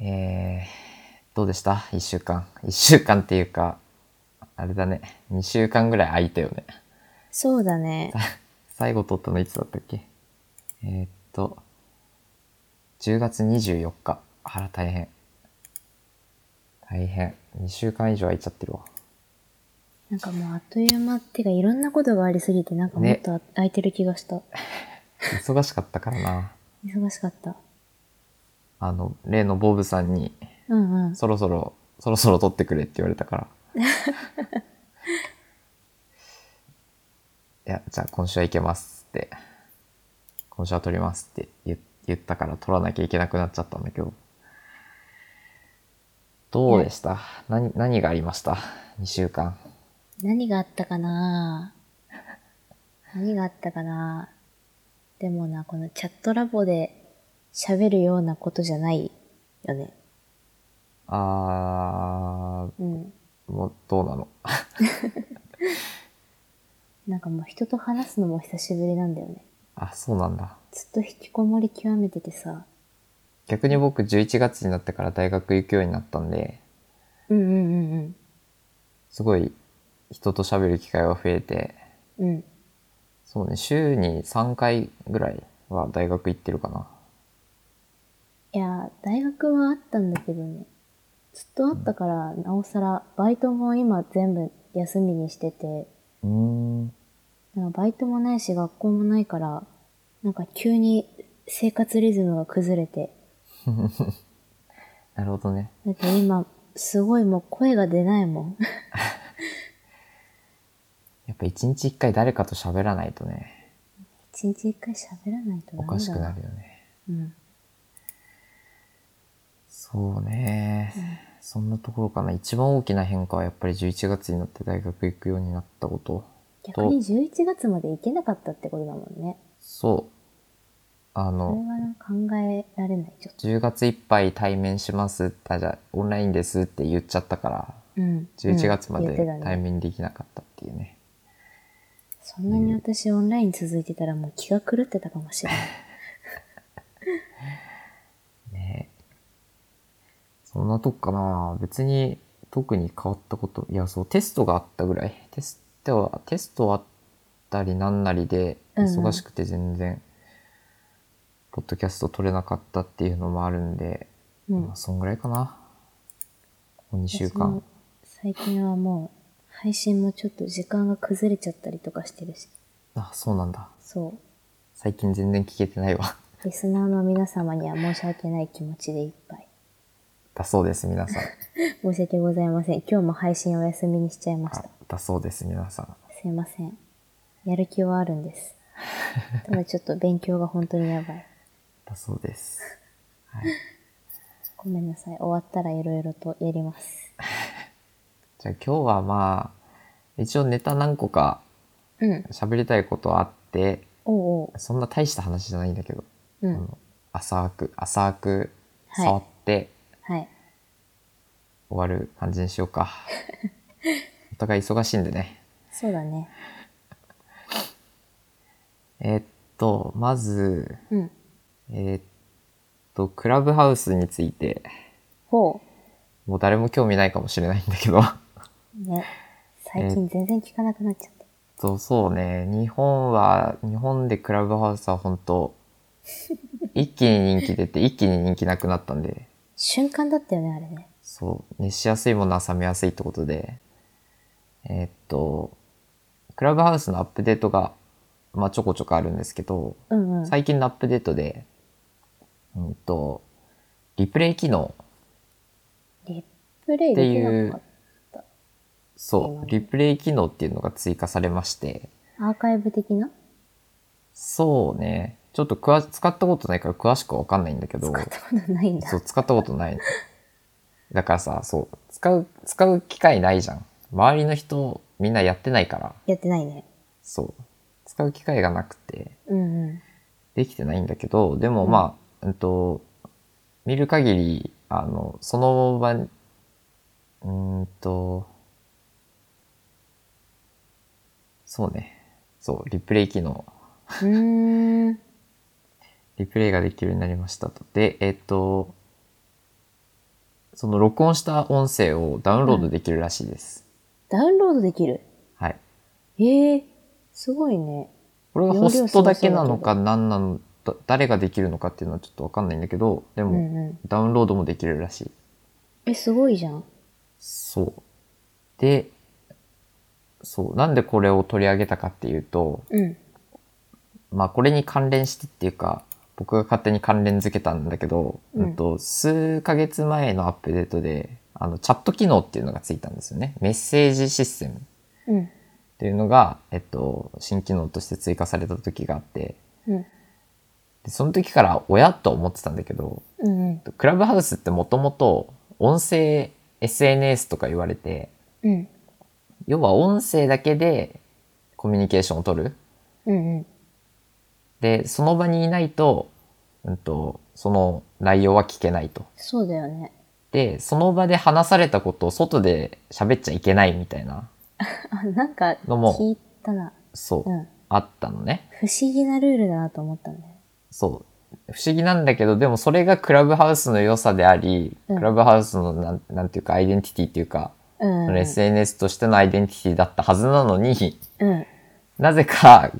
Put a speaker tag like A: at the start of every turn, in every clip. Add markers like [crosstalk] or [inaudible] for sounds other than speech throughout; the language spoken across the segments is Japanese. A: えー、どうでした一週間。一週間っていうか、あれだね。二週間ぐらい空いたよね。
B: そうだね。
A: 最後撮ったのいつだったっけえー、っと、10月24日。あら、大変。大変。2週間以上空いちゃってるわ。
B: なんかもうあっという間っていうかいろんなことがありすぎてなんかもっとあ空いてる気がした。
A: 忙しかったからな。
B: 忙しかった。
A: あの、例のボブさんに、
B: うんうん。
A: そろそろ、そろそろ撮ってくれって言われたから。いや、じゃあ今週はいけますって。今週は撮りますって言言ったから撮らなきゃいけなくなっちゃったんだけど。どうでした何、何がありました ?2 週間。
B: 何があったかな何があったかなでもな、このチャットラボで喋るようなことじゃないよね。
A: あ
B: うん。
A: ー、もうどうなの
B: なんかもう人と話すのも久しぶりなんだよね。
A: あ、そうなんだ。
B: ずっと引きこもり極めててさ。
A: 逆に僕11月になってから大学行くようになったんで、
B: うんうんうん
A: すごい人と喋る機会が増えて、
B: うん。うん。
A: そうね、週に3回ぐらいは大学行ってるかな。
B: いや、大学はあったんだけどね。ずっとあったから、なおさら、バイトも今全部休みにしてて、
A: うーん。
B: なんかバイトもないし学校もないから、なんか急に生活リズムが崩れて。
A: なるほどね。
B: だって今、すごいもう声が出ないもん。 [laughs]
A: やっぱ一日一回誰かと喋らないとね、
B: 一日一回喋らないと
A: お
B: ダ
A: か
B: メ
A: し
B: だ
A: くな
B: な。
A: るよね。
B: うん。
A: そうね。そんなところかな。一番大きな変化はやっぱり11月になって大学行くようになったこと。
B: 逆に11月まで行けなかったってことだもんね。
A: そう。あ
B: それ
A: の、
B: はなんか考えられない、ちょっと。
A: 10月いっぱい対面します。あ、じゃあオンラインですって言っちゃったから、
B: うん。
A: 11月ま
B: うん
A: で
B: 言ってた
A: 対
B: ね。
A: 面できなかったっていうね。
B: そんなに私オンライン続いてたらもう気が狂ってたかもし
A: [laughs]
B: れない。
A: ねそんなとこかな別に特に変わったこと、いや、そう、テストがあったぐらい。テストは、テストあったりなんなりで、
B: うんうん
A: 忙しくて全然、ポッドキャスト撮れなかったっていうのもあるんで、
B: うん
A: まあ、そんぐらいかな。この2週
B: 私
A: 間
B: も。最近はもう、配信もちょっと時間が崩れちゃったりとかしてるし。
A: あ、そうなんだ。
B: そう。
A: 最近全然聞けてないわ。 [laughs]
B: リスナーの皆様には申し訳ない気持ちでいっぱい。
A: だそうです、皆さん。
B: 申し訳ございません。今日も配信お休みにしちゃいまし
A: あ
B: た。
A: だそうです、皆さん。
B: すいません。やる気はあるん
A: [laughs]
B: です。ただちょっと勉強が本当にやばい。
A: だそうです。はい。
B: ごめんなさい。終わったらいろいろとやります。
A: じゃあ今日はまあ、一応ネタ何個か [laughs]
B: うん。
A: 喋りたいことあって、
B: おうお
A: そんな大した話じゃないんだけど、
B: う。う
A: あ
B: ん。
A: の浅く、浅く
B: はい
A: 触って
B: はい。
A: 終わる感じにしよう
B: [laughs]
A: か。お互い忙しいんでね。
B: そうだね。
A: えーっと、まず、
B: うん。
A: えーっと、クラブハウスについて、
B: ほ
A: もう誰も興味ないかもしれないんだけど、 [laughs]
B: う。ね。最近全然聞かなくなっちゃった。
A: そうそうね、日本は、日本でクラブハウスは本
B: [laughs]
A: 当一気に人気出て一気に人気なくなったんで、
B: 瞬間だったよね、あれね。
A: そう、熱しやすいものは冷めやすいってことで、えーっと、クラブハウスのアップデートが、まあちょこちょこあるんですけど、
B: うんうん。
A: 最近のアップデートで、うんと、リプレイ機能、
B: リプレイできなかっ
A: そう、リプレイ機能っていうのが追加されまして、
B: た。アーカイブ的な
A: そうね、ちょっと詳し使ったことないから詳しくはわかんないんだけど
B: 使、ったことないんだ
A: そ。う、使ったことない。だからさ、そう、使う、使う機会ないじゃん。周りの人、みんなやってないから。
B: やってないね。
A: そう。使う機会がなくて、
B: うんうん。
A: できてないんだけど、でもまあ、うんと、見る限り、あの、その場に、うーんと、そうね。そう、リプレイ機能。
B: うーん。
A: リプレイができるようになりましたと。で、えっ、と、その録音した音声をダウンロードできるらしいです。
B: ダウンロードできる。
A: はい。
B: ええすごいね。
A: これがホストだけなのか何なのだ誰ができるのかっていうのはちょっとわかんないんだけどで
B: う
A: も、
B: んうん。
A: ダウンロードもできるらしい
B: え、すごいじゃん。
A: そうでそうなんでこれを取り上げたかっていうと
B: うん。
A: まあこれに関連してっていうか僕が勝手に関連付けたんだけど、
B: うん
A: うんと数ヶ月前のアップデートであのチャット機能っていうのがついたんですよねメッセージシステム
B: うん。
A: っていうのが、えっと、新機能として追加された時があって
B: うん。
A: でその時からおやと思ってたんだけど
B: うんうん。
A: クラブハウスってもともと音声 SNS とか言われて
B: うん。
A: 要は音声だけでコミュニケーションを取る
B: うんうん。
A: でその場にいないと,、うん、とその内容は聞けないと
B: そうだよね。 [laughs]
A: でその場で話されたことを外で喋っちゃいけないみたいな
B: あ、なんか、
A: のも
B: 聞いたな。
A: そう、
B: うん。
A: あったのね
B: 不思議なルールだなと思ったんだよ。
A: そう不思議なんだけどでもそれがクラブハウスの良さであり、
B: うん
A: クラブハウスのなんなんていうかアイデンティティっていうか、
B: うん
A: そ
B: うん。
A: の SNS としてのアイデンティティだったはずなのに、
B: うん。
A: なぜか、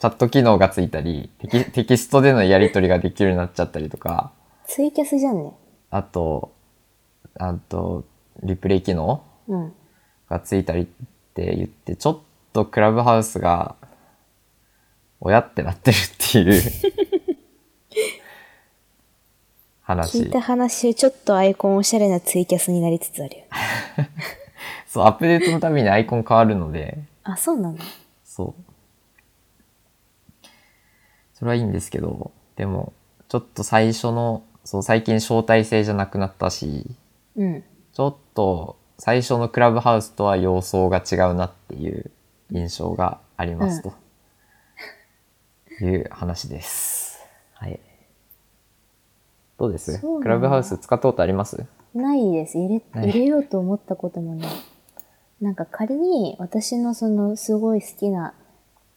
A: チャット機能がついたり、テキ [laughs] テキストでのやり取りができるようになっちゃったりとか、
B: ツイキャスじゃんね。
A: あと、あと、リプレイ機能
B: うん。
A: がついたりって言って、ちょっとクラブハウスが、親ってなってるっていう
B: 聞
A: 話
B: いた。話、ちょっとアイコンおしゃれなツイキャスになりつつあるよ。
A: そう、アップデートのたびにアイコン変わるので、
B: あ、そうなんだ。
A: そう。それはいいんですけど、でも、ちょっと最初の、そう、最近招待制じゃなくなったし、
B: うん。
A: ちょっと最初のクラブハウスとは様相が違うなっていう印象がありますと、いう話です。はい。どうで
B: そ
A: す
B: うなんだ
A: クラブハウス使ったことあります
B: ないです。入れ、
A: ない
B: 入れようと思ったこともない。なんか仮に私のそのすごい好きな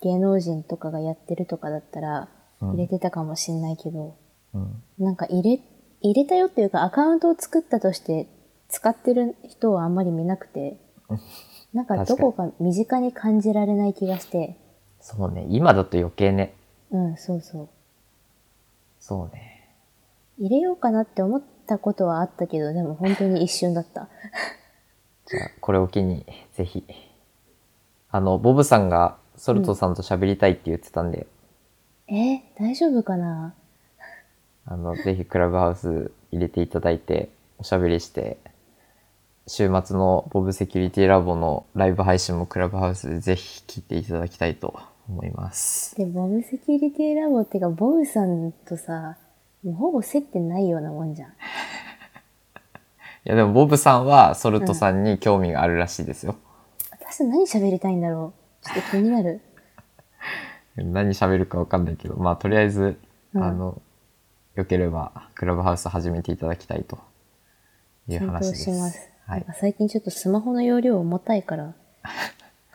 B: 芸能人とかがやってるとかだったら
A: うん
B: 入れてたかもしんないけど、
A: うん。
B: なんか入れ、入れたよっていうかアカウントを作ったとして使ってる人はあんまり見なくて、なんかどこか身近に感じられない気がして、
A: そうね。今だと余計ね。
B: うん、そうそう。
A: そうね。
B: 入れようかなって思ったことはあったけど、でも本当に一瞬だった。
A: じゃあ、これを機に、ぜひ。あの、ボブさんがソルトさんと喋りたいって言ってたんで、
B: え大丈夫かな
A: あの、ぜひクラブハウス入れていただいて、おしゃべりして、週末のボブセキュリティラボのライブ配信もクラブハウスでぜひ聞いていただきたいと思います。
B: で、ボブセキュリティラボっていうか、ボブさんとさ、もうほぼ接点ないようなもんじゃん。
A: いや、でもボブさんはソルトさんに興味があるらしいですよ。
B: 私と何喋りたいんだろうちょっと気になる。
A: 何喋るかわかんないけど、まあ、とりあえず、
B: うん
A: あの、よければクラブハウス始めていただきたいという
B: 検
A: 話
B: 討
A: です。
B: します。
A: は
B: ないんか。最近ちょっとスマホの容量重たいから、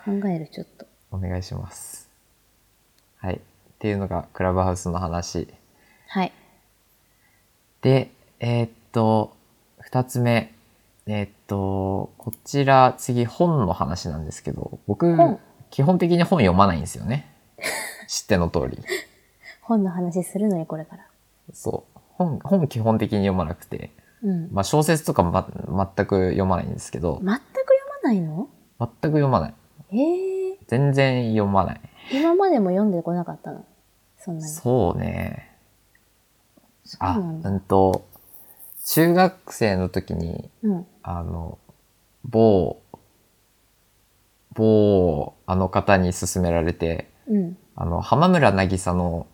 B: 考えるちょっと。
A: お願いします。はい。っていうのがクラブハウスの話。
B: はい。
A: で、えーっと、二つ目。えーっと、こちら次本の話なんですけど、僕
B: 本、
A: 基本的に本読まないんですよ
B: [laughs]
A: ね。知っての通り。
B: 本の話するのにこれから。
A: そう。本、本基本的に読まなくて。
B: うん。
A: まあ小説とか、ま、全く読まないんですけど
B: 全、く読まないの
A: 全く読まない。
B: ええ
A: 全然読まない。
B: 今までも読んでこなかったのそんなに。そ
A: そうね。
B: うな
A: あ、
B: んだ。
A: うんと、中学生の時に、
B: うん。
A: あの、某、某、あの方に勧められて、
B: うん。
A: あの、浜村渚の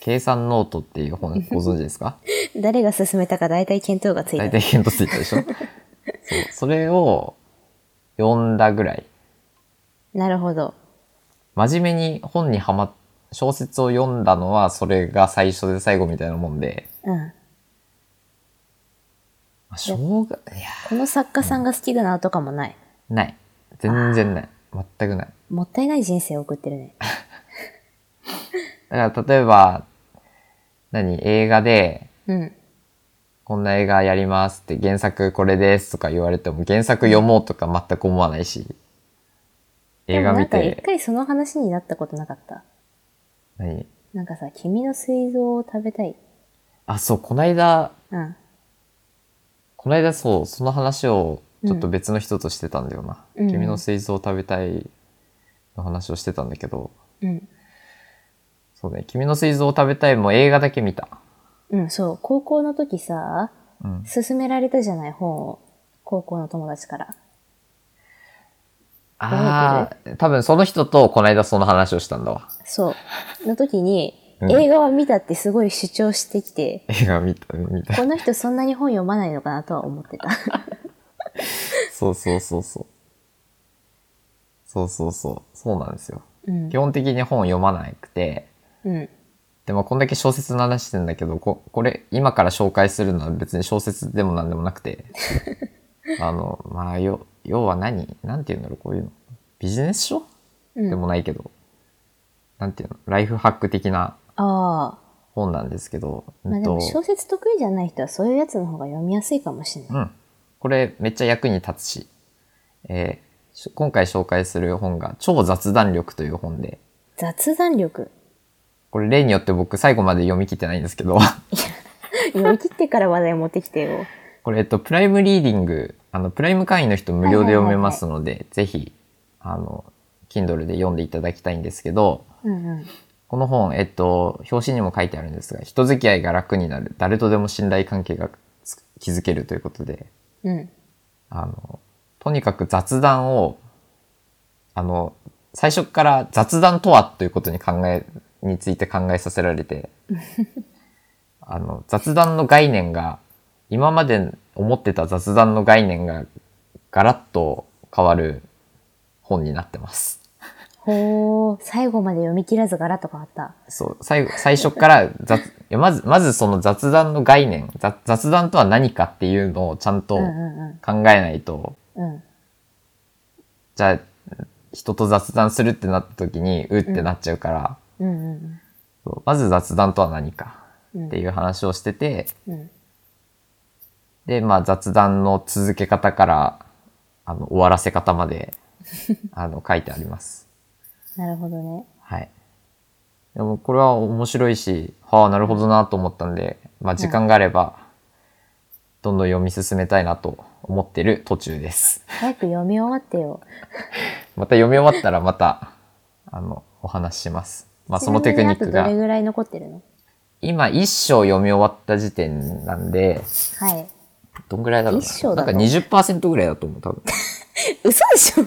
A: 計算ノートっていう本ご存知ですか
B: 誰が進めたか大体見当がついた
A: 大。体検討ついたでしょそう。それを読んだぐらい。
B: なるほど。
A: 真面目に本にはまっ、小説を読んだのはそれが最初で最後みたいなもんで、
B: うん。
A: まあ小学、いや、
B: この作家さんが好きだなとかもない。
A: ない。全然ない。全くない。
B: もったいない人生を送ってるね。
A: だから例えば、何、映画で、
B: うん。
A: こんな映画やりますって原作これですとか言われても原作読もうとか全く思わないし、映画見
B: でもなんか一
A: て、
B: 回その話になったことなかった。
A: 何
B: なんかさ、君の膵臓を食べたい。
A: あ、そう、こないだ、
B: うん。
A: こないだそう、その話をちょっと別の人としてたんだよな。
B: うん
A: 君の膵臓を食べたいの話をしてたんだけど、
B: うん。
A: そうね、君の膵臓を食べたいも映画だけ見た。
B: うん、そう。高校の時さ、
A: うん。
B: 勧められたじゃない本を。高校の友達から。
A: ああ、多分その人とこないだその話をしたんだわ。
B: そう。の時に、
A: うん
B: 映画は見たってすごい主張してきて、
A: 映画見た、見た。
B: この人そんなに本読まないのかなとは思ってた。
A: そうそうそうそう。そうそうそう。そうなんですよ。
B: うん
A: 基。本的に本読まなくて、
B: うん。
A: でもこんだけ小説の話してんだけど、ここれ今から紹介するのは別に小説でもなんでもなく
B: [laughs]
A: て、あの、まあ、よ、要は何なんて言うんだろう、こういうの。ビジネス書
B: うん、
A: でもないけど、なんていうのライフハック的な
B: ああ。
A: 本なんですけど、
B: ま
A: う
B: あ
A: ん
B: で
A: と
B: も小説得意じゃない人はそういうやつの方が読みやすいかもしれない。
A: うん。これめっちゃ役に立つし、えーし今回紹介する本が超雑談力という本で、
B: 雑談
A: [laughs]
B: 力。
A: これ例によって僕最後まで読み切ってないんですけど、
B: 読み切ってから話題持ってきてよ。
A: これえっと、プライムリーディング、あの、プライム会員の人無料で読めますので、ぜひ、あの、Kindle で読んでいただきたいんですけど、
B: うんうん。
A: この本、えっと、表紙にも書いてあるんですが、人付き合いが楽になる、誰とでも信頼関係がつ築けるということで、
B: うん。
A: あの、とにかく雑談を、あの、最初から雑談とはということに考え、について考えさせられ
B: [laughs]
A: て、あの、雑談の概念が、今まで思ってた雑談の概念が、ガラッと変わる本になってます。
B: ほー、最後まで読み切らずガラッと変わった。
A: そう、最後、最初から雑、いやまず、まずその雑談の概念、雑雑談とは何かっていうのをちゃんと
B: うん
A: 考
B: う
A: えないと、
B: んうん。うん。
A: じゃあ、人と雑談するってなった時に、うってなっちゃうから、
B: うんうん
A: そうまず雑談とは何か
B: うん。
A: っていう話をしてて、
B: うん。
A: で、まあ雑談の続け方から、あの、終わらせ方まで、あの、書いてあります。
B: なるほどね。
A: はい。でもこれは面白いし、はあ、なるほどなと思ったんで、まあ時間があれば、どんどん読み進めたいなと思ってる途中です。 [laughs]
B: 早く読み終わってよ。
A: また読み終わったらまた、あの、お話しします。まあそのテクニック
B: ちな
A: が
B: みにあとどれ。ぐらい残ってるの
A: 今一章読み終わった時点なんで、 [laughs]
B: はい。
A: どんぐらいだろうな。
B: 一章だ
A: な
B: と
A: んか20%ぐらいだと思う、多分。
B: 嘘でしょ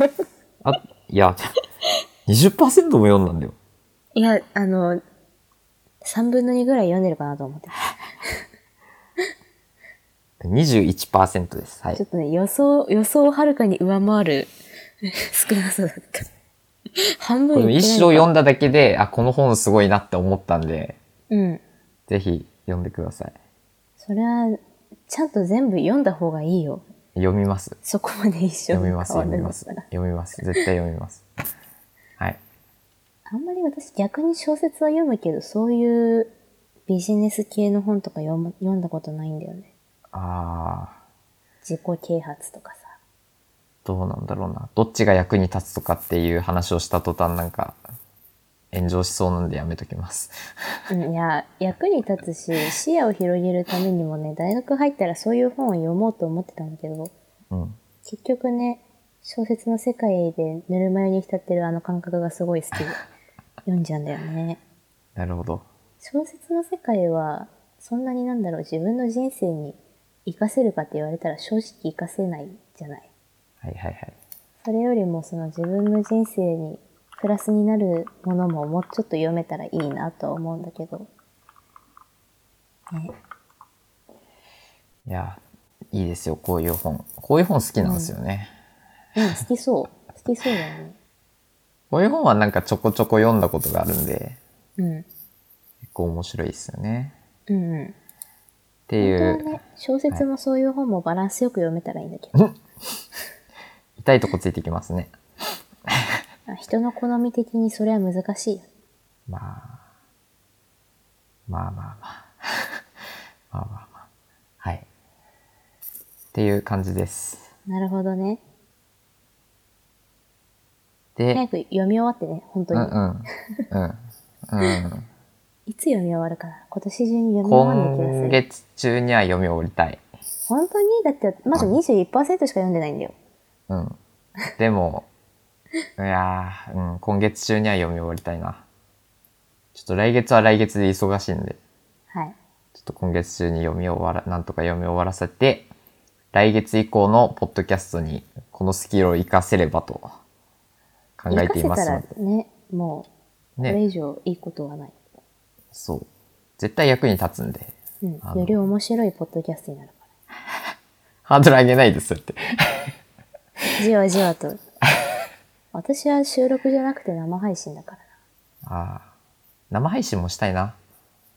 A: あ、いや、20%も読んだんだよ。
B: いや、あの、3分の2ぐらい読んでるかなと思って。
A: 21%です。は
B: ちょ
A: い。
B: っとね、予想、予想をはるかに上回る [laughs] 少なさだ
A: [laughs]
B: った。半
A: こ
B: 分
A: れ
B: いっ
A: 一
B: てない
A: 章読んだだけで、あ、この本すごいなって思ったんで、
B: うん。
A: ぜひ読んでください。
B: それは、ちゃんと全部読んだ方がいいよ。
A: 読みます。
B: そこまで一生
A: 読みます、読みます。
B: から。
A: 読みます。絶対読みます。はい。
B: あんまり私逆に小説は読むけど、そういうビジネス系の本とか読む読んだことないんだよね。
A: あー、
B: 自己啓発とかさ。
A: どうなんだろうな。どっちが役に立つとかっていう話をした途端、なんか、炎上しそうなんでやめときます。
B: うん、いや、役に立つし、視野を広げるためにもね、大学入ったらそういう本を読もうと思ってたんだけど、
A: うん。
B: 結局ね、小説の世界でぬるま湯に浸ってるあの感覚がすごい好きで、読んじゃうんだよね。
A: なるほど。
B: 小説の世界は、そんなになんだろう、自分の人生に活かせるかって言われたら正直活かせないじゃない。
A: はいはいはい。
B: それよりもその自分の人生にプラスになるものももうちょっと読めたらいいなとは思うんだけど。ね。
A: いや、いいですよ、こういう本。こういう本好きなんですよね。
B: うん、好きそう。好きそうだね。
A: こういう本はなんかちょこちょこ読んだことがあるんで、
B: うん。
A: 結構面白いですよね。
B: うんうん。
A: ってい
B: 本当は
A: う、
B: ね、小説もそういう本もバランスよく読めたらいいんだけど。
A: 痛いとこついてきますね。
B: あ人の好み的にそれは難しいよ。
A: ま [laughs] あ、まあまあまあ。まあまあまあ。はい。っていう感じです。
B: なるほどね。
A: で、
B: 早く読み終わってね、本当
A: うん
B: に。
A: うん。うん。
B: [laughs]
A: うん。
B: いつ読み終わるかな今年中に読み終わらない気がす
A: 今
B: る。
A: 月中には読み終わりたい。
B: 本当にだって、まだ21%しか読んでないんだよ。
A: うん。でも、いやー、うん、今月中には読み終わりたいな。ちょっと来月は来月で忙しいんで、
B: はい。
A: ちょっと今月中に読み終わら、なんとか読み終わらせて、来月以降のポッドキャストにこのスキルを活かせればと考えていますの
B: 活かせたらね、もう、
A: で。
B: これ
A: ね、
B: 以上いいことはない。
A: そう。絶対役に立つんで。
B: うん
A: あ。の
B: より面白いポッドキャストになるか
A: ハードル上げないです、それって。
B: ら。じわじ
A: [laughs]
B: わと。私は収録じゃなくて生配信だから
A: ああ。生配信もしたいな。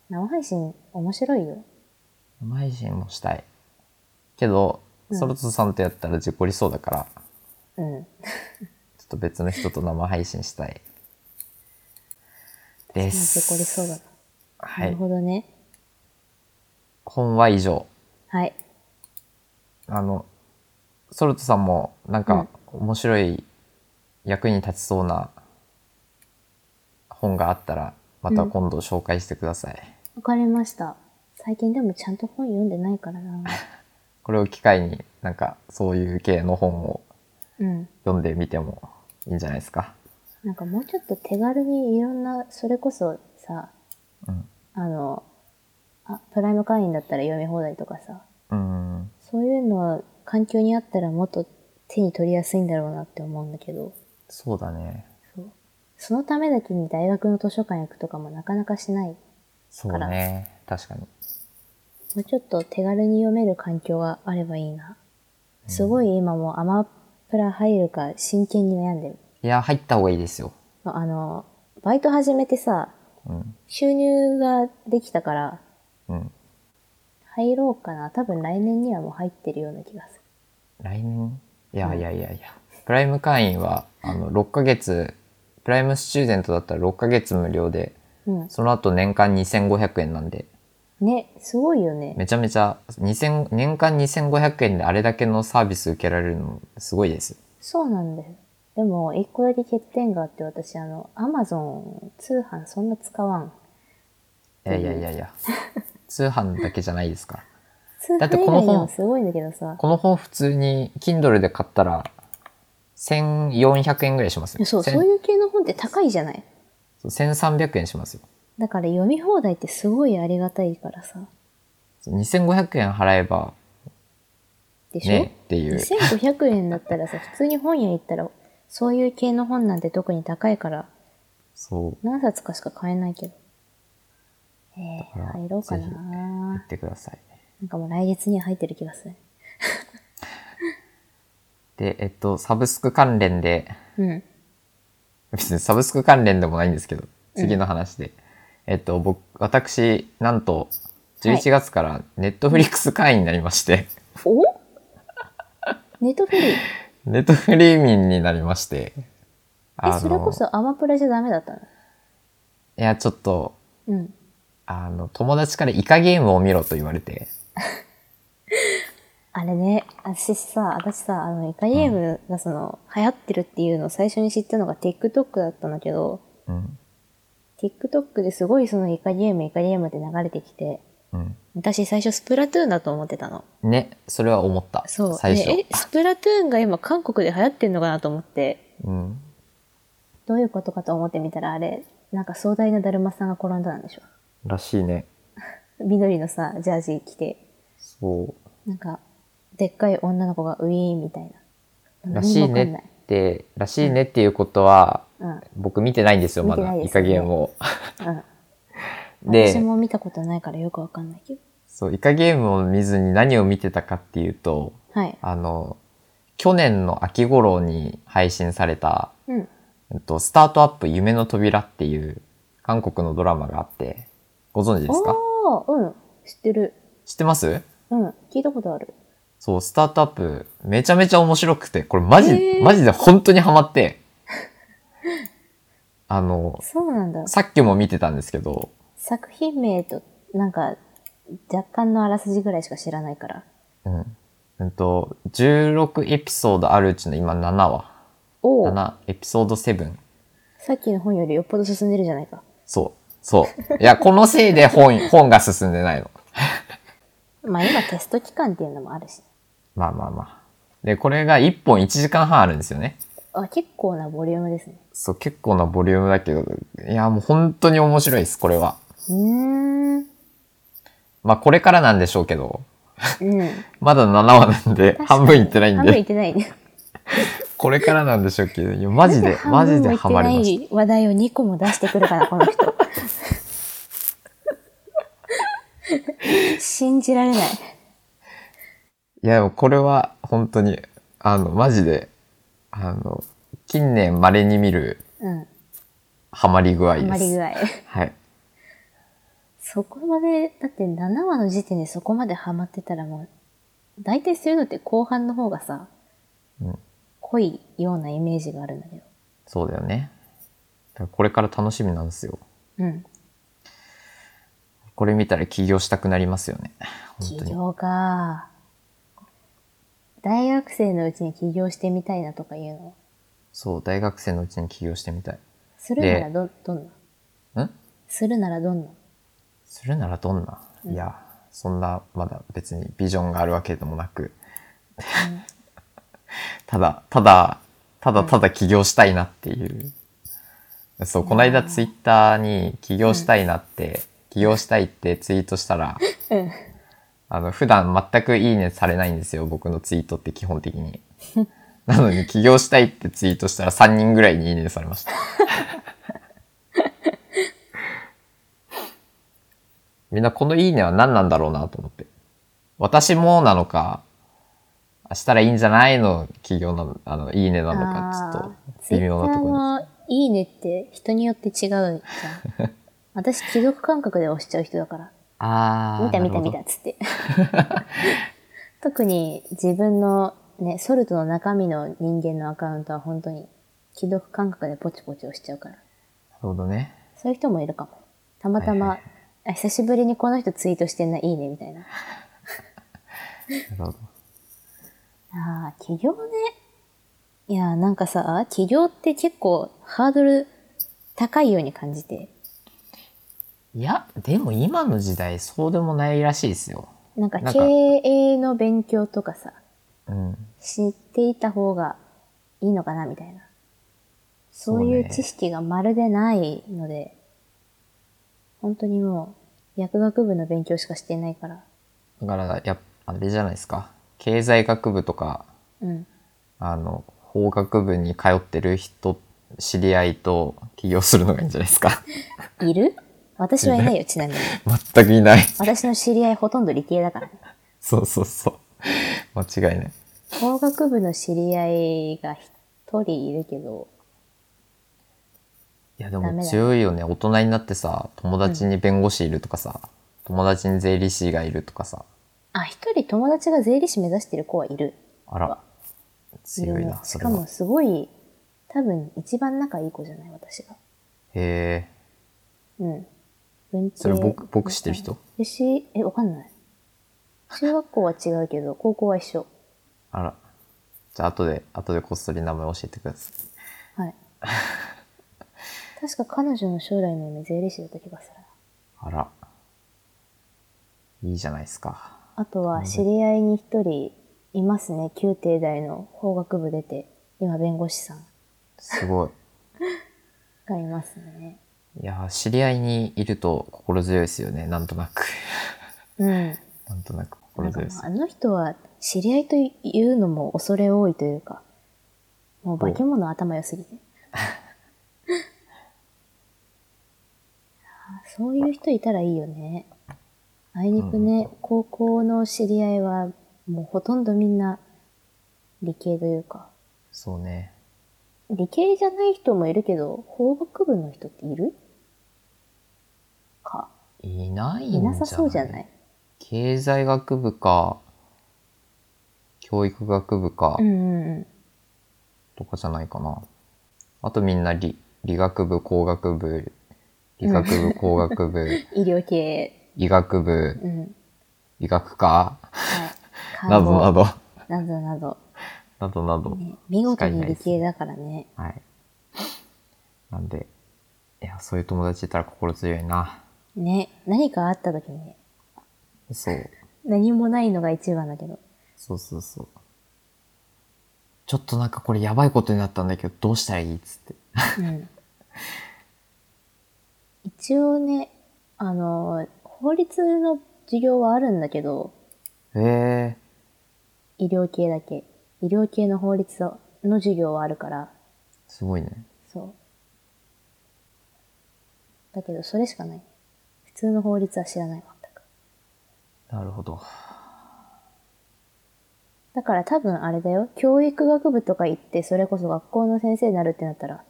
B: な。生配信面白いよ。
A: 生配信もしたい。けど、
B: うん
A: ソルトさんとやったら事故りそうだから、ちょ
B: うん。
A: っと別の人と生配信したい。で
B: 事
A: す。
B: 故りそうだな。
A: は
B: なる
A: い。
B: ほどね。
A: 本は以上。
B: はい。
A: あの、ソルトさんもなんか面白い役に立ちそうな本があったら、また今度紹介してください。
B: わかりました。最近でもちゃんと本読んでないか
A: [laughs]
B: らな。
A: これを機会になんかそういう系の本を
B: うん。
A: 読んでみてもいいんじゃないですか。
B: なんかもうちょっと手軽にいろんな、それこそさ、
A: うん。
B: あの、あ、プライム会員だったら読み放題とかさ、
A: うん。
B: そういうのは環境にあったらもっと手に取りやすいんだろうなって思うんだけど、
A: そうだね。
B: そう。そのためだけに大学の図書館行くとかもなかなかしない。も
A: そうね。確かに。
B: うちょっと手軽に読める環境があればいいな。すごい今もうアマプラ入るか真剣に悩んでる。
A: いや、入った方がいいですよ。
B: あの、バイト始めてさ、
A: うん。
B: 収入ができたから、
A: うん。
B: 入ろうかな。多分来年にはもう入ってるような気がする。
A: 来年いやいやいやいや。プライム会員は、あの、6ヶ月、プライムスチューデントだったら6ヶ月無料で、
B: うん。
A: その後年間2500円なんで、
B: ね、すごいよね。
A: めちゃめちゃ、2000、年間2500円であれだけのサービス受けられるの、すごいです。
B: そうなんだよ。でも、一個だけ欠点があって、私、あの、アマゾン通販そんな使わん。
A: いやいやいやい
B: [laughs]
A: や。通販だけじゃないですから。
B: 通
A: だって
B: 販以
A: この
B: 外で
A: 本
B: もすごいんだけどさ。
A: この本普通に Kindle で買ったら1400円ぐらいします
B: いや
A: よ。
B: そう、
A: 千
B: そういう系の本って高いじゃない。
A: 1300円しますよ。
B: だから読み放題ってすごいありがたいからさ。
A: 2500円払えば
B: でしょ、
A: ねっていう。
B: 2500円だったらさ、普通に本屋行ったら、そういう系の本なんて特に高いから、
A: そう。
B: 何冊かしか買えないけど。えー、
A: だから
B: 入ろうか
A: ぜひ
B: な
A: 言ってください。
B: なんかもう来月には入ってる気がする。
A: で、えっと、サブスク関連で、
B: うん。
A: 別にサブスク関連でもないんですけど、次の話で。えっと、僕、私、なんと、
B: はい
A: 11月からネットフリックス会員になりまして、
B: お [laughs] ネットフリー。
A: ネットフリー民になりまして、
B: え、それこそアマプラじゃダメだったの
A: いや、ちょっと、
B: うん。
A: あの、友達からイカゲームを見ろと言われて、
B: あれね、私さ、私さ、あの、イカゲームがその、流行ってるっていうのを最初に知ったのが TikTok だったんだけど、
A: うん、
B: TikTok ですごいそのイカゲーム、イカゲームって流れてきて、
A: うん。
B: 私最初スプラトゥーンだと思ってたの。
A: ね、それは思った。
B: そう。
A: 最初。
B: でえ、スプラトゥーンが今韓国で流行ってんのかなと思って、
A: うん。
B: どういうことかと思ってみたらあれ、なんか壮大なだるまさんが転んだなんでしょ。
A: らしいね。
B: 緑のさ、ジャージ着て、
A: そう。
B: なんか、でっかい女の子がウィーンみたいな。
A: らしい
B: 何もわかんな
A: ねって、らしいねっていうことは、僕見てないんですよ、ま
B: 見てな
A: だ。
B: いで
A: イ
B: すよ
A: カ
B: ね
A: ゲームを。
B: うん。うん。私
A: で、
B: も見たことないからよくわかんないけど。
A: そう、イカゲームを見ずに何を見てたかっていうと、
B: はい。
A: あの、去年の秋頃に配信された、
B: うん。
A: えっと、スタートアップ夢の扉っていう韓国のドラマがあって、ご存知ですか
B: おー、うん。知ってる。
A: 知ってます
B: うん。聞いたことある。
A: そう、スタートアップ、めちゃめちゃ面白くて、これマジ、
B: へー
A: マジで本当にハマって、 [laughs] あの、
B: そうなんだ。
A: さっきも見てたんですけど、
B: 作品名と、なんか、若干のあらすじぐらいしか知らないから。
A: うん。うんと、16エピソードあるうちの今7話。
B: おお、
A: 7、エピソード7。
B: さっきの本よりよっぽど進んでるじゃないか。
A: そう。そう。いや、このせいで本、 [laughs] 本が進んでないの。
B: まあ今テスト期間っていうのもあるし。
A: まあまあまあ。で、これが1本1時間半あるんですよね。
B: あ、結構なボリュームですね。
A: そう、結構なボリュームだけど、いや、もう本当に面白いです、これは。
B: うーん。
A: まあ、これからなんでしょうけど、
B: うん。
A: まだ7話なんで、半分いってないん
B: 半分い
A: で、
B: ってないね。
A: これからなんでしょうけど、いや、マ
B: [laughs]
A: ジで、マジでハマりまし
B: 半分もいってない話題を2個も出してくるから、この人。信じられない。
A: た。いや、でもこれは本当に、あの、マジで、あの、近年稀に見る
B: うん。
A: ハマり具合
B: あん
A: で
B: まり
A: す。
B: 具合。
A: はい。
B: そこまで、だって7話の時点でそこまでハマってたらもう、大体そういうのって後半の方がさ、
A: うん
B: 濃いようなイメージがあるんだけど。
A: そうだよね。だからこれから楽しみなんですよ。
B: うん。
A: これ見たら起業したくなりますよね。本当
B: 起
A: に。
B: 業か。大学生のうちに起業してみたいなとかいうの。
A: そう、大学生のうちに起業してみた
B: するならど、どんな。
A: い。ん
B: するならどんな。
A: するならどんな、いや、そんな、まだ別にビジョンがあるわけでもなく、 [laughs] ただ、ただ、ただただ起業したいなっていう。そう、この間ツイッターに起業したいなって、起業したいってツイートしたら、
B: うん。
A: あの、普段全くいいねされないんですよ、僕のツイートって基本的に。なのに起業したいってツイートしたら3人ぐらいにいいねされま
B: [laughs]
A: した。みんなこのいいねは何なんだろうなと思って。私もなのか、したらいいんじゃないの起業なの、あの、いいねなのか、ちょっと微妙なところに。
B: ろ。いいねって人によって違うじゃ
A: [laughs]
B: ん。私、貴族感覚で押しちゃう人だから。
A: あー。
B: 見た見
A: なるほ
B: た見
A: ど
B: たっ。つって。 [laughs] 特に自分のね、ソルトの中身の人間のアカウントは本当に既読感覚でポチポチ押しちゃうから。
A: なるほどね。
B: そういう人もいるかも。たまたま、
A: はいは
B: あ久しぶりにこの人ツイートしてんな、いいね、みたいな。
A: なるほど。
B: ああ、起業ね。いやー、なんかさ、起業って結構ハードル高いように感じて。
A: いや、でも今の時代そうでもないらしいですよ。
B: なんか
A: なん
B: 経
A: か
B: 営の勉強とかさ、
A: うん。
B: 知っていた方がいいのかなみたいな。そういう知識がまるでないので、本当にもう薬学部の勉強しかしてないから。
A: だから、やっあれじゃないですか。経済学部とか、
B: うん。
A: あの、法学部に通ってる人、知り合いと起業するのがいいんじゃないですか。 [laughs]
B: いる私はいないよ、ちなみに。
A: 全くいない。
B: 私の知り合いほとんど理系だからね。
A: そうそうそう。間違いない。
B: 工学部の知り合いが一人いるけど、
A: いや、で
B: ダメだ
A: も
B: ね
A: 強いよね。大人になってさ、友達に弁護士いるとかさ、友達に税理士がいるとかさ。
B: あ、一人友達が税理士目指してる子はいる。
A: あら、強い
B: るね
A: な、
B: し
A: それ
B: かも
A: は。
B: すごい、多分一番仲いい子じゃない、私が。
A: へえ。
B: うん。文系
A: それ、僕、僕してる人
B: 私、え、わかんない。中学校は違うけど、高校は一緒。
A: あら。じゃあ、後で、後でこっそり名前教えてください。 [laughs]
B: はい。確か彼女の将来の夢税理士だった気がするな。
A: あら。いいじゃないですか。
B: あとは、知り合いに一人いますね。旧帝大の法学部出て、今弁護士さん
A: すごい。 [laughs]
B: がいますね。
A: いやー、知り合いにいると心強いですよね。なんとなく。 [laughs]
B: うん。
A: なんとなく心
B: なんか
A: 強いで
B: もう
A: す
B: あ。の人は知り合いというのも恐れ多いというか、もう化け物頭良
A: [laughs]
B: すぎて。あーそういう人いたらいいよね。あいにくね、高校の知り合いはもうほとんどみんな理系というか、
A: そうね。
B: 理系じゃない人もいるけど、法学部の人っているか。
A: いないんじ
B: い
A: ゃない
B: なさそうじゃない
A: 経済学部か、教育学部か
B: う、んうんうん。
A: とかじゃないかな。あとみんな理、理学部、工学部、理学部、工学部、
B: 医療系。
A: 医学部、
B: うん。 [laughs]
A: 医学科、
B: はい。
A: などなど。
B: などなど。
A: などなど。
B: ね、見事
A: しかい
B: に
A: ない
B: 理
A: ですね
B: 系だからね。
A: はい。なんで、いや、そういう友達いたら心強いな。
B: ね、何かあった時にね、
A: そう。
B: 何もないのが一番だけど。
A: そうそうそう。ちょっとなんかこれやばいことになったんだけど、どうしたらいいっつって。
B: うん。 [laughs] 一応ね、あの、法律の授業はあるんだけど、
A: ええ
B: 医療系だけ。医療系の法律の授業はあるから、
A: すごいね。
B: そう。だけど、それしかない。普通の法律は知らない、全く。
A: なるほど。
B: だから多分あれだよ。教育学部とか行って、それこそ学校の先生になるってなったら、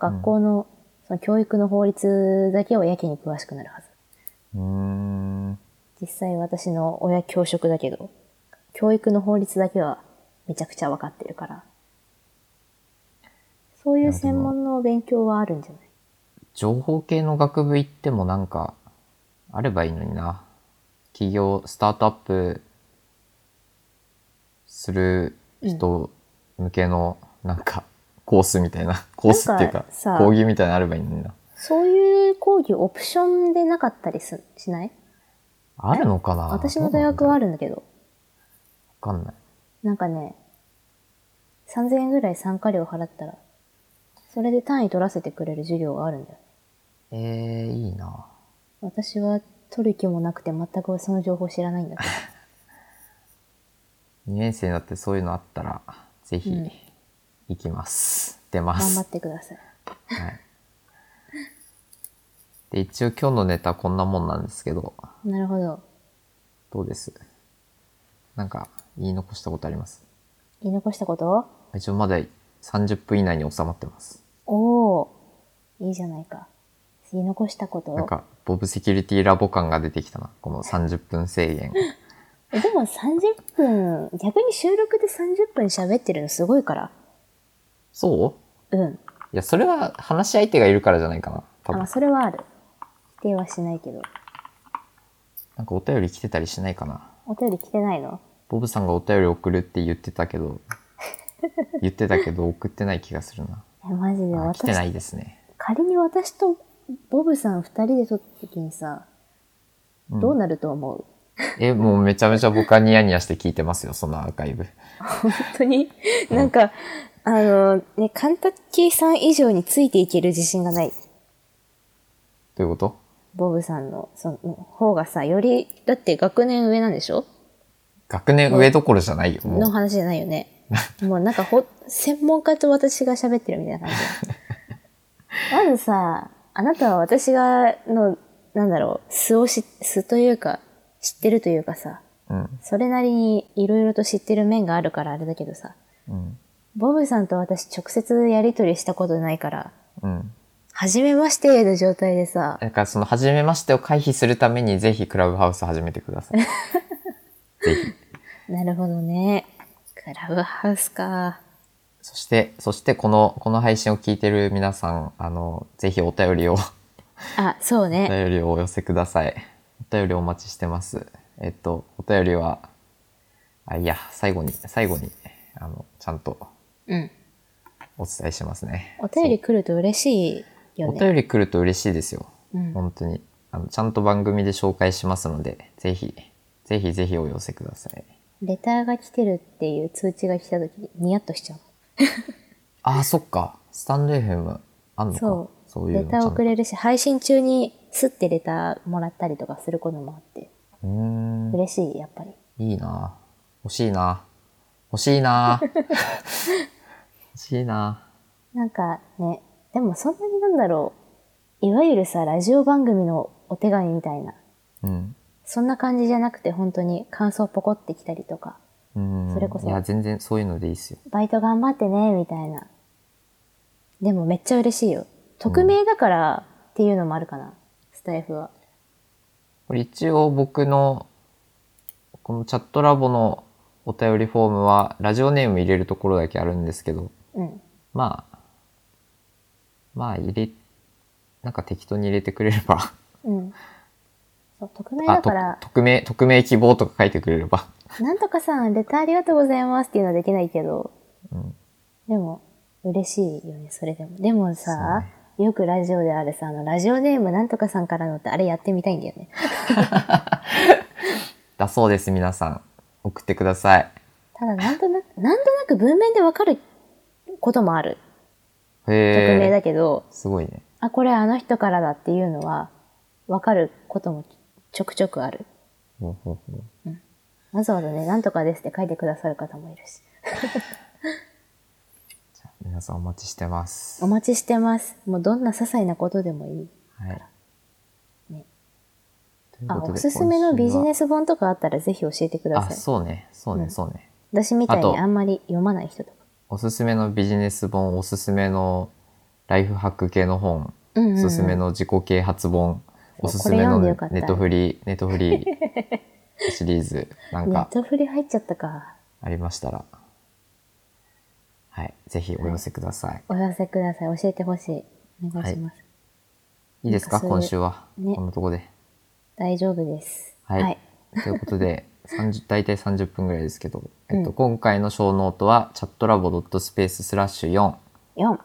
B: 学校の、その教育の法律だけはやけに詳しくなるはず。
A: うーん。
B: 実際私の親教職だけど、教育の法律だけはめちゃくちゃ分かってるから。そういう専門の勉強はあるんじゃない
A: 情報系の学部行ってもなんか、あればいいのにな。企業、スタートアップする人向けの、なんか、コースみたいな、コースっていう
B: な
A: か
B: んか、さ
A: 講義みたいなのあればいいのにな。
B: そういう講義オプションでなかったりすしない
A: あるのかな
B: 私の大学
A: どう
B: は
A: な
B: あ
A: んだろ
B: るんだけど、
A: うわかんない。
B: なんかね、3000円ぐらい参加料払ったら、それで単位取らせてくれる授業があるんだよ。
A: ええいいな。
B: 私は取る気もなくて全くその情報知らないんだけど。
A: 2年生になってそういうのあったら、ぜひ
B: うん、
A: 行きます。出ま
B: 頑
A: す。
B: 張ってください。
A: はい。で、一応今日のネタこんなもんなんですけど、
B: なるほど。
A: どうですなんか、言い残したことあります
B: 言い残したこと
A: 一応まだ30分以内に収まってます。
B: おお、いいじゃないか。言い残したこと
A: なんか、ボブセキュリティラボ感が出てきたな。この30分制限。
B: えでも30分、逆に収録で30分喋ってるのすごいから。
A: [laughs] そう
B: うん。
A: いや、それは話し相手がいるからじゃないかな。多
B: あ、ま
A: 分
B: あ、。それはある。否定はしないけど。
A: なんかお便り来てたりしないかな。
B: お便り来てないの
A: ボブさんがお便り送るって言ってたけ [laughs] ど、言ってたけど送ってない気がするな。
B: え、マジで
A: あ来て
B: 私、
A: ないですね。
B: 仮に私とボブさん二人で撮った時にさ、
A: うん
B: どうなると思う、 [laughs]
A: え、もうめちゃめちゃ僕はニヤニヤして聞いてますよ、そのアーカイブ。
B: 本当に [laughs] なんか、あの、ね、カンタッキーさん以上についていける自信がない。
A: どういうこと
B: ボブさんの、その、方がさ、より、だって学年上なんでしょ
A: 学年上どころじゃないよ、
B: の
A: も
B: 話じゃない
A: [laughs]
B: よね。もうなんかほ、専門家と私が喋ってるみた
A: [laughs]
B: いな感じ。まずさ、あなたは私が、の、なんだろう、素をし、素というか、知ってるというかさ、
A: う。うん。
B: それなりにいろいろと知ってる面があるからあれだけどさ、
A: うん。
B: ボブさんと私直接やりとりしたことないから、
A: うん。
B: はじめましての状態でさ、
A: だからその、初めましてを回避するために、ぜひクラブハウス始めてくだ
B: [laughs]
A: さい。ぜひ。
B: なるほどね。クラブハウスか。
A: そして、そしてこの、この配信を聞いてる皆さん、あの、ぜひお便りを。
B: あ、そう
A: お
B: ね。
A: 便りをお寄せください。お便りお待ちしてます。えっと、お便りは、あ、いや、最後に、最後に、あの、ちゃんと
B: うん。
A: お伝えしますね。
B: お便り来ると嬉しい
A: そう
B: よ
A: お
B: ね。
A: 便り来ると嬉しいですよ。
B: うん
A: 本当にあの。ちゃんと番組で紹介しますので、ぜひ、ぜひぜひお寄せください。
B: レターが来てるっていう通知が来た時にニヤッとしちゃう。
A: あ、そっか。スタンド FM あんのか。
B: そ。
A: そうういう
B: レ
A: の
B: タ
A: ちゃ
B: ーを
A: ん
B: く
A: と。う
B: れるし、配信中にスッてレターもらったりとかすることもあって、
A: ーん。
B: 嬉しい、やっぱり。
A: いいな欲しいな欲しいな欲しいな
B: なんかね、でもそんなになんだろう、いわゆるさ、ラジオ番組のお手紙みたいな、
A: うん。
B: そんな感じじゃなくて本当に感想ポコってきたりとか、
A: うん
B: それこそ
A: いや、全然そういうのでいいっすよ。
B: バイト頑張ってね、みたいな。でもめっちゃ嬉しいよ。匿名だからっていうのもあるかな、スタイフは。
A: これ一応僕の、このチャットラボのお便りフォームは、ラジオネーム入れるところだけあるんですけど、
B: うん。
A: まあ、まあ入れ、なんか適当に入れてくれれば、
B: うん。そう、匿名
A: あ、
B: だ
A: と
B: から、
A: 匿名、匿名希望とか書いてくれれば、
B: なんとかさん、レターありがとうございますっていうのはできないけど、
A: うん。
B: でも、嬉しいよね、それでも。でも
A: そう
B: さ、よくラジオであるさ、あの、ラジオネームなんとかさんからのってあれやってみたいんだよね。
A: だそうです、皆さん。送ってください。
B: ただ、なんとなく、 [laughs] なんとなく文面でわかることもある。匿名
A: へえ。
B: だけど、
A: すごいね。
B: あ、これあの人からだっていうのは、わかることもちょくちょくある。
A: ほうほうほう
B: わざわざね、なんとかですって書いてくださる方もいるし。
A: じゃあ皆さんお待ちしてます。
B: お待ちしてます。もうどんな些細なことでもいい。
A: はい。
B: ね
A: という
B: あ、
A: ことで
B: おすすめのビジネ
A: ス
B: ス本とかあったらぜひ教えてくだ
A: あ、
B: さい。
A: そうね。そう
B: う
A: ね、
B: ん
A: そうね。
B: 私みたい
A: あ
B: に
A: と
B: あんまり読まない人とか。
A: おすすめのビジネス本、おすすめのライフハック系の本、
B: うんうんうん
A: おすすめの自己啓発本、おすすめ
B: これ
A: の
B: 読んで
A: ネ
B: よかった
A: ットフリ、ネットフリ
B: [laughs]
A: シリーズなん
B: ネ
A: か
B: ットフリ入っちゃったか。
A: ありましたら、はい、ぜひお寄せください。
B: お寄せください。教えてほしい。お願いします。
A: いいですか、
B: なんかそうい
A: 今
B: う
A: 週は。
B: ね
A: こんなとこで。
B: 大丈夫です。
A: はい。
B: はい。
A: ということで、30大 [laughs] 体30分ぐらいですけど、えっと、
B: うん
A: 今回の小ノートは、チャットラボ .space スラッシュ4、
B: 4。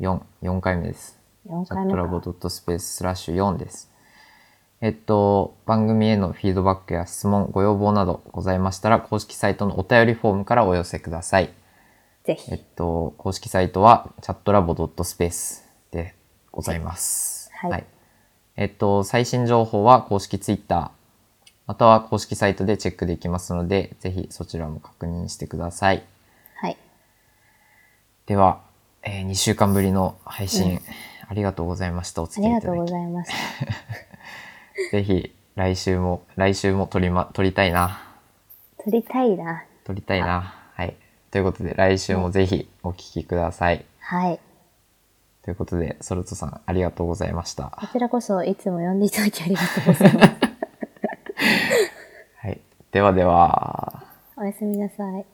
A: 4、4回目です。
B: 4
A: チャ
B: 回
A: ッ
B: 目
A: トラボ
B: か。
A: ドットスペーススラッシュ4です。えっと、番組へのフィードバックや質問、ご要望などございましたら、公式サイトのお便りフォームからお寄せください。
B: ぜ
A: えっ
B: ひ。
A: と、公式サイトは、チャットラボドットスペースでございます。
B: はい
A: えっと、最新情報は公式ツイッター、または公式サイトでチェックできますので、ぜひそちらも確認してください。
B: はい。
A: では、え2週間ぶりの配信、ありがとうございました。お
B: あ
A: 付き
B: り
A: 合い
B: が
A: いた
B: と
A: だ
B: う
A: き
B: ご。ざいました。
A: ぜひ、来週も、来週も撮りま、撮りたいな。
B: 撮りたいな。
A: 撮りたいな。はい。ということで、来週もぜひお聞きください。
B: はい。
A: ということで、ソルトさん、ありがとうございました。
B: こちらこそいつも呼んでいただきありがとうございます。
A: はい。ではでは。
B: おやすみなさい。